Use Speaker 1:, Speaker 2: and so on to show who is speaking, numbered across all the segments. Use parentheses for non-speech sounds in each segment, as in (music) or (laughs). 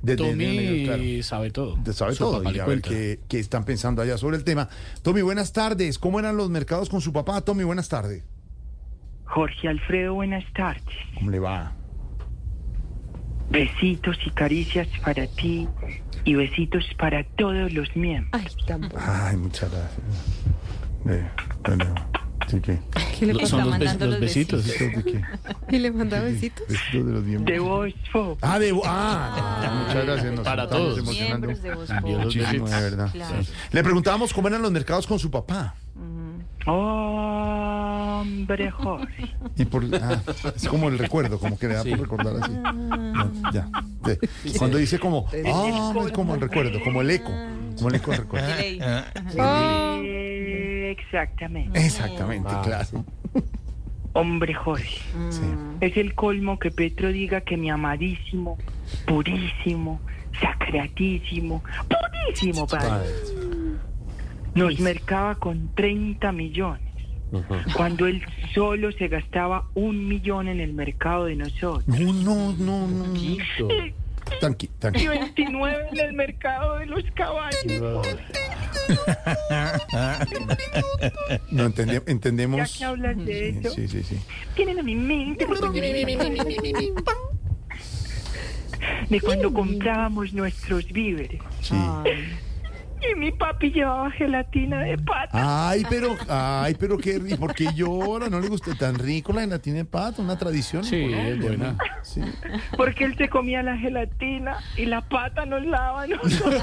Speaker 1: Desde
Speaker 2: Tommy
Speaker 1: claro,
Speaker 2: sabe todo.
Speaker 1: de- sabe
Speaker 2: Su
Speaker 1: todo
Speaker 2: papá
Speaker 1: y
Speaker 2: le
Speaker 1: a ver
Speaker 2: cuenta.
Speaker 1: qué, qué están pensando allá sobre el tema. Tommy, buenas tardes. ¿Cómo eran los mercados con su papá? Tommy, buenas tardes.
Speaker 3: Jorge Alfredo, buenas tardes.
Speaker 1: ¿Cómo le va?
Speaker 3: Besitos y caricias para ti y besitos para todos los miembros.
Speaker 4: Ay, tampoco.
Speaker 1: Ay, muchas gracias. Eh, bueno, sí que,
Speaker 4: ¿Qué le
Speaker 2: Lo-
Speaker 4: pasa
Speaker 2: Son los, bes-
Speaker 4: mandando
Speaker 2: los
Speaker 4: los
Speaker 2: besitos.
Speaker 4: besitos?
Speaker 1: sí que,
Speaker 4: ¿Y le manda besitos?
Speaker 1: besitos de los miembros.
Speaker 3: De vos, Fox.
Speaker 1: Ah, de ah, no, muchas gracias. nos
Speaker 2: Para
Speaker 1: estamos
Speaker 2: todos.
Speaker 1: emocionando.
Speaker 4: Miembros de Voz
Speaker 2: Cambió los
Speaker 4: Populi.
Speaker 1: Muchísimo, de verdad.
Speaker 4: Claro.
Speaker 1: Sí. Le preguntábamos cómo eran los mercados con su papá.
Speaker 3: Hombre, Jorge.
Speaker 1: Y por, ah, es como el recuerdo, como que le da por recordar así. No, ya. Sí. Cuando dice como, ah, es como el recuerdo, como el eco. Como el eco del recuerdo.
Speaker 2: Ah,
Speaker 4: Ley.
Speaker 3: Eh, Exactamente.
Speaker 1: Exactamente,
Speaker 2: Ah,
Speaker 1: claro.
Speaker 3: Hombre, Jorge.
Speaker 1: Sí.
Speaker 3: Es el colmo que Petro diga que mi amadísimo, purísimo, sacratísimo, purísimo padre nos mercaba con 30 millones. Cuando él solo se gastaba un millón en el mercado de nosotros.
Speaker 1: No, no, no, no. Tranqui,
Speaker 3: y
Speaker 1: tranqui.
Speaker 3: 29 en el mercado de los caballos.
Speaker 1: No entende-
Speaker 3: Ya
Speaker 1: entendemos.
Speaker 3: que hablas de eso,
Speaker 1: Sí, sí, sí.
Speaker 3: tienen a mi mente de cuando comprábamos nuestros víveres.
Speaker 1: sí.
Speaker 2: Ah.
Speaker 3: Y mi papi llevaba gelatina de pata.
Speaker 1: Ay, pero, ay, pero qué rico. ¿Por qué llora? ¿No le gusta tan rico la gelatina de pato? Una tradición. en
Speaker 2: Sí, es
Speaker 1: Colombia,
Speaker 2: buena.
Speaker 1: ¿no? Sí.
Speaker 3: Porque él se comía la gelatina y la pata nos lava a nosotros.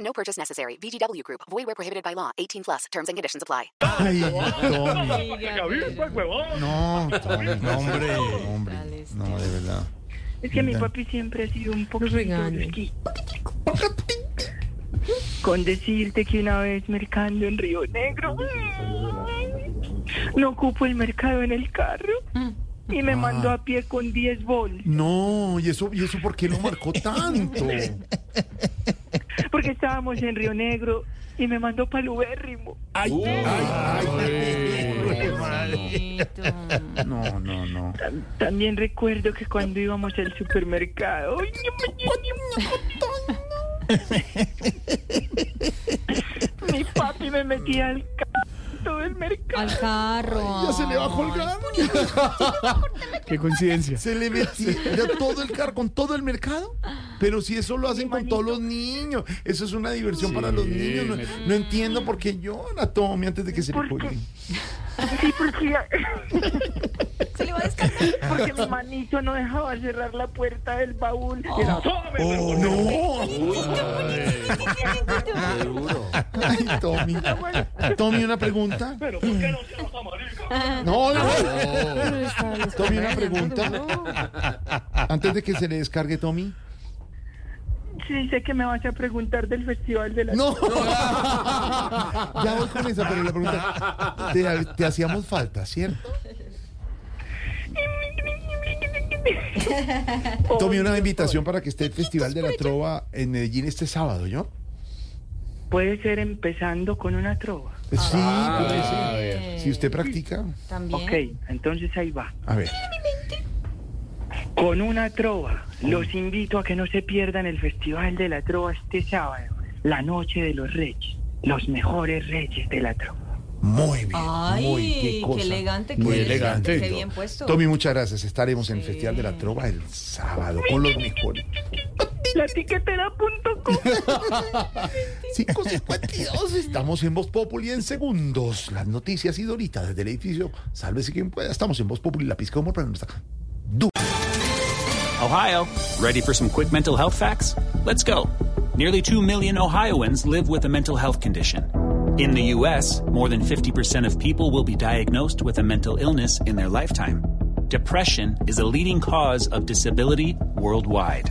Speaker 5: No purchase necessary. VGW Group. Void where prohibited by law. 18 plus. Terms and conditions apply.
Speaker 1: Ay, Tommy. No, Tommy. No, hombre.
Speaker 4: Dale,
Speaker 1: hombre. No, de verdad.
Speaker 3: Es que mi papi siempre ha sido un poquito
Speaker 4: regañes.
Speaker 3: brusquito. Con decirte que una vez mercando en Río Negro, no ocupo el mercado en el carro y me mandó a pie con 10 bols.
Speaker 1: No, ¿y eso, ¿y eso por qué lo marcó (laughs) tanto?
Speaker 3: Porque estábamos en Río Negro y me mandó palubérrimo.
Speaker 1: Ay,
Speaker 4: Besito.
Speaker 1: No, no, no.
Speaker 3: También recuerdo que cuando íbamos al supermercado. ¡ay, ñam, ñam, ñam, ñam! Mi papi me metía al canto del mercado.
Speaker 4: Al carro.
Speaker 1: Ya se le va a colgar.
Speaker 2: Qué coincidencia.
Speaker 1: Se le metía todo el carro, con todo el mercado. Pero si eso lo hacen con todos los niños, eso es una diversión para los niños. No, no entiendo por qué llora Tommy antes de que se le
Speaker 3: ¿Por qué?
Speaker 1: cuelgue.
Speaker 3: Sí, porque, (laughs)
Speaker 4: Se le va a descargar.
Speaker 3: porque mi manito no dejaba cerrar la puerta del baúl. Era, "Tome,
Speaker 1: Oh, no. Ay, Tommy. Tommy, una pregunta.
Speaker 3: pero ¿por qué no se nos amarillo?
Speaker 1: No, no.
Speaker 4: Pero está
Speaker 1: Tommy, una
Speaker 4: descargando, ¿no?
Speaker 1: pregunta. Antes de que se le descargue Tommy.
Speaker 3: Sí, sé que me vas a preguntar del festival de la. (laughs)
Speaker 1: No. (laughs) Ya voy con esa, pero la pregunta. Te, te hacíamos falta, ¿cierto? Tommy, una invitación para que esté el Festival de la Trova en Medellín este sábado, ¿yo?
Speaker 3: Puede ser empezando con una trova.
Speaker 6: Ah,
Speaker 1: Sí, puede ser.
Speaker 2: A ver.
Speaker 1: Si usted practica.
Speaker 4: También.
Speaker 3: Ok, entonces ahí va.
Speaker 1: A ver.
Speaker 3: Con una trova, los invito a que no se pierdan el Festival de la Trova este sábado, la noche de los reyes, los mejores reyes de la trova.
Speaker 1: Muy bien.
Speaker 6: Ay,
Speaker 1: muy,
Speaker 6: qué
Speaker 1: cosa.
Speaker 6: elegante, qué
Speaker 1: Muy
Speaker 6: bien,
Speaker 1: elegante.
Speaker 6: qué bien puesto.
Speaker 1: Tommy, muchas gracias. Estaremos en el Festival de la Trova el sábado con los mejores.
Speaker 3: La tiquetera.com.
Speaker 1: 552. Estamos en Voz Populi en segundos. Las noticias y Dorita desde el edificio. Sálvese quien pueda. Estamos en Voz Populi. La pizca de humor para nuestra
Speaker 7: Ohio, ready for some quick mental health facts? Let's go. Nearly 2 million Ohioans live with a mental health condition. In the U.S., more than 50% of people will be diagnosed with a mental illness in their lifetime. Depression is a leading cause of disability worldwide.